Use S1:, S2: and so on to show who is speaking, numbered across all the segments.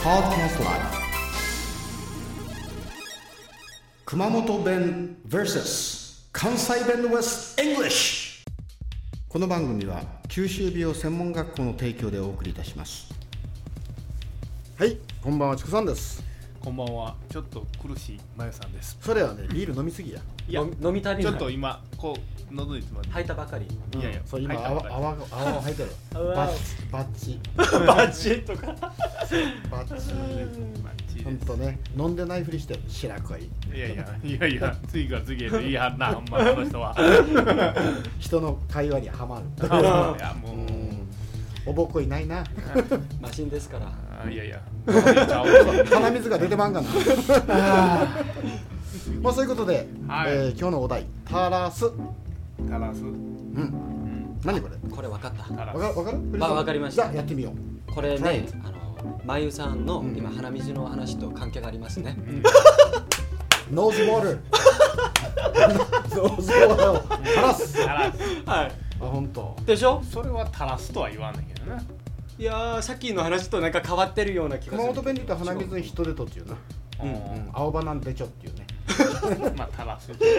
S1: Podcast Live 熊本弁 vs 関西弁 West English この番組は九州美容専門学校の提供でお送りいたしますはいこんばんはちこさんです
S2: こんばんは。ちょっと苦しいまゆさんです。
S1: それはねビール飲みすぎや
S2: いや
S3: 飲、み飲み足り
S2: ち
S3: な
S2: ょ
S3: い
S2: っと今こう喉に詰まって。
S3: 履いたばかり
S2: いやいや。
S1: そう今
S2: 入った
S1: 泡
S2: ば
S1: 泡
S2: かり
S1: が泡が入ってるバッチバッチ
S3: バチとか
S1: バッチ
S2: まあチー
S1: ほん
S2: です
S1: とね飲んでないふりして白子い
S2: いやいやいやいや。次が次へでいいは んな。ほんまこの人は。
S1: 人の会話にはまる
S2: いやも
S1: う
S2: う。
S1: んおぼこいないな
S3: マシンですから
S2: あいやいや。は
S1: 鼻水が出てまんがな まあそういうことで、
S2: はい
S1: えー今日のお題「タラス」
S2: タラス。
S1: うん
S2: うん。
S1: 何これ
S3: これ分かった
S2: タラ
S1: わか
S2: ス。
S1: るわかる
S3: まあわかりました
S1: じゃあやってみよう
S3: これ
S1: は
S3: ね
S1: い
S3: あのまゆさんの
S1: うん
S3: 今鼻水の話と関係がありますね
S2: うん
S1: ノーズボー ルノーズボールをタラス
S2: タラス。
S3: は
S1: あ本当
S3: いでしょ
S2: それはタラスとは言わないけどな。
S3: いやーさっきの話となんか変わってるような気がす
S1: 熊
S3: る
S1: 本弁で言ったら鼻水人でとっていうな、
S2: う
S1: う
S2: ん
S1: ん、青葉なんでちょっていうね
S2: まあタラスとかな。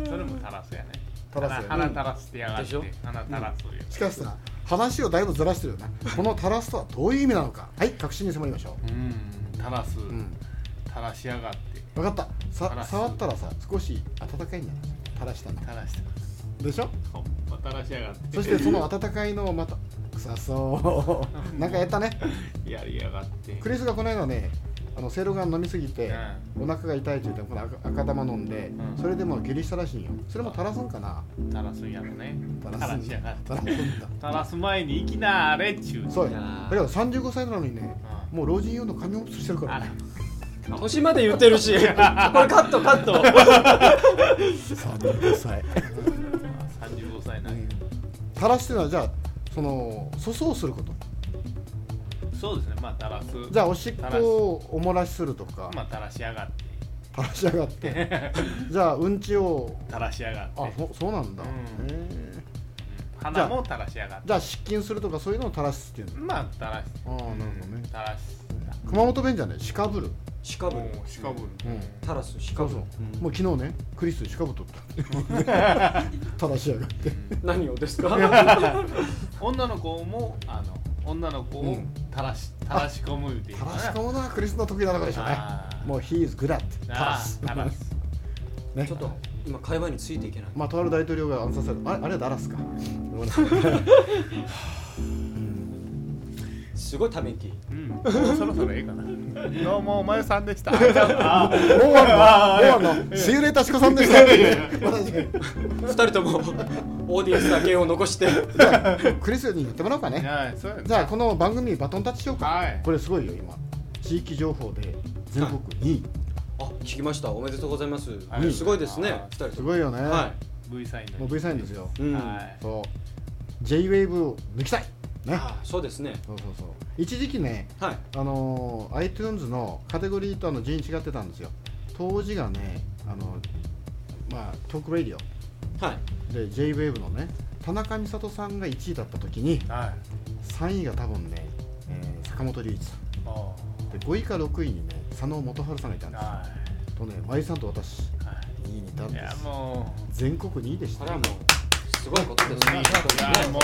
S2: うんそれもタラスやね。
S1: タラスやね
S2: 鼻鼻タラスってやがっ
S3: でしてょ。
S2: 鼻タラスという。
S1: しかしさ話をだいぶずらしてるよなこのタラスとはどういう意味なのかはい確信に迫りましょ
S2: うん。タラス。
S1: う、うん、
S2: 垂らしやがって
S1: 分かった
S2: タ
S1: さ
S2: ラス
S1: 触ったらさ少し温かいんじゃないタラしたの
S2: 垂らして
S1: でしょ
S2: ほんま垂らしやがって
S1: そしてその温かいのをまた臭そうなんかやったね
S2: やりやがって
S1: クリスがこの間ねあのセイロガン飲みすぎて、お腹が痛いって言ってこの赤赤玉飲んで、
S2: うん
S1: それでもう下痢したらしいんよそれも垂らすんかな
S2: 垂らすんやろね
S1: 垂
S2: 垂
S1: ら
S2: ら
S1: す
S2: し
S1: ん
S2: や
S1: だ
S2: がって
S1: 垂らすんだ
S2: 垂らす前に行きなあれっちゅう
S1: そうう
S3: い
S1: よ
S3: や
S1: だけ
S3: ー
S1: ど35歳なのにね
S2: ん
S1: もう老人用の髪をしてるから
S2: あ
S1: ね
S3: 腰まで言ってるし これカットカット
S1: 35歳
S2: ら35歳な、んで、
S1: 垂らしてるのはじゃあその粗相すること
S2: そうですねまあ垂らす
S1: じゃあおしっこをお漏らしするとか、
S2: まあ垂らしやがって
S1: 垂らしやがって じゃあうんちを
S2: 垂らしやがって
S1: あそそうなんだ、
S2: うん
S1: へえ
S2: うん鼻も垂らしやがって
S1: じゃあ失禁するとかそういうのを垂らすっていうの
S2: まあ垂らし
S1: ああなるほどね
S2: 垂らし
S1: 熊本弁じゃねしかぶる
S3: しかぶる
S2: しかぶる
S1: うん
S3: タラスしかぶるうん
S1: もう昨日ねクリスしかぶっとった正しやがって
S3: 何をですか
S2: 女の子もあの女の子
S1: う
S2: を
S1: ん
S2: 垂らし垂らし込むっていう
S1: 正しかもなクリスの得意なとこでしょうね
S2: あー
S1: もう He is good at
S2: な
S1: タラ
S2: あ
S1: ス
S2: 垂らす
S1: ね
S3: ちょっと今会話についていけない
S1: まあとある大統領が暗殺されたあれあれはダラスか
S3: すごいため息
S2: うん、もうそろそろええかな。どうも、お前さんで した。
S1: もう終わるのもう終わるのシーレータシコさんでした
S3: 二人とも オーディエンスだけを残して
S1: じゃあクリスにやってもらおうかね
S2: はい、そうや
S1: じゃあこの番組にバトンタッチしようか
S2: はい
S1: これすごいよ今地域情報で全国2位
S3: あ聞きましたおめでとうございます、
S2: はい
S3: すごいですね
S2: あー
S3: 二人
S1: す
S3: い
S1: ごいよね
S3: は
S2: V サイン
S1: もう V サインですよ
S3: い、うん
S2: はい。
S1: そう JWAVE を抜きたいね
S3: あーそうですね
S1: そうそうそう一時期ね
S3: はい
S1: あのー iTunes のカテゴリーとあの順位違ってたんですよ当時がねあのまあトークラディオ
S3: はい
S1: で JWAVE のね田中美里さんが1位だった時に
S2: はい。
S1: 3位が多分ね、えー坂本龍一さん
S2: お
S1: で5位か6位にね佐野元春さんがいたん
S2: ー
S1: ですよ
S2: は
S1: とね舞さんと私
S2: い。は
S1: 2位にいたん
S2: い。い
S1: で
S2: や、
S1: す
S2: もう。
S1: 全国2位でし
S3: こ
S1: た
S3: れは
S1: ね
S3: もうすごいことですね
S2: いや、も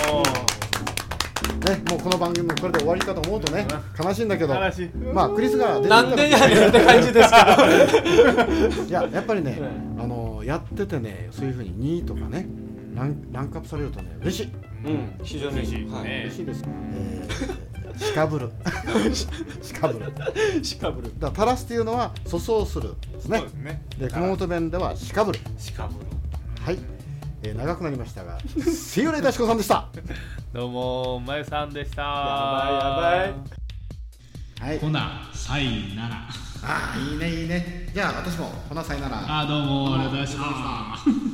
S1: もうこの番組もこれで終わりかと思うとね悲しいんだけ
S2: う。
S1: ど
S2: 悲しい。
S1: まあクリスが出てきた
S3: なんでやねんって感じですけど
S1: いややっぱりね、
S3: はい
S1: あのやっててねそういうふうに2位とかねランランクアップされるとね嬉しい
S3: うん非常に
S2: 嬉しい
S3: はい
S2: ね
S1: 嬉しいです、えー、シカブルシカブルだか
S3: しかぶる
S1: ら垂らすっていうのは粗相するですね
S2: そうですね。
S1: で熊本弁ではシカブル
S2: しかぶる。
S1: はい、えー、長くなりましたが See you later シコさんでした
S2: どうも、お前さんでした。や
S3: ばいやばい。
S1: はい
S4: ほな、サインなら。
S1: ああいいねいいねじゃあ私もほなさいなら
S4: あ、どうも、ありがとうございました。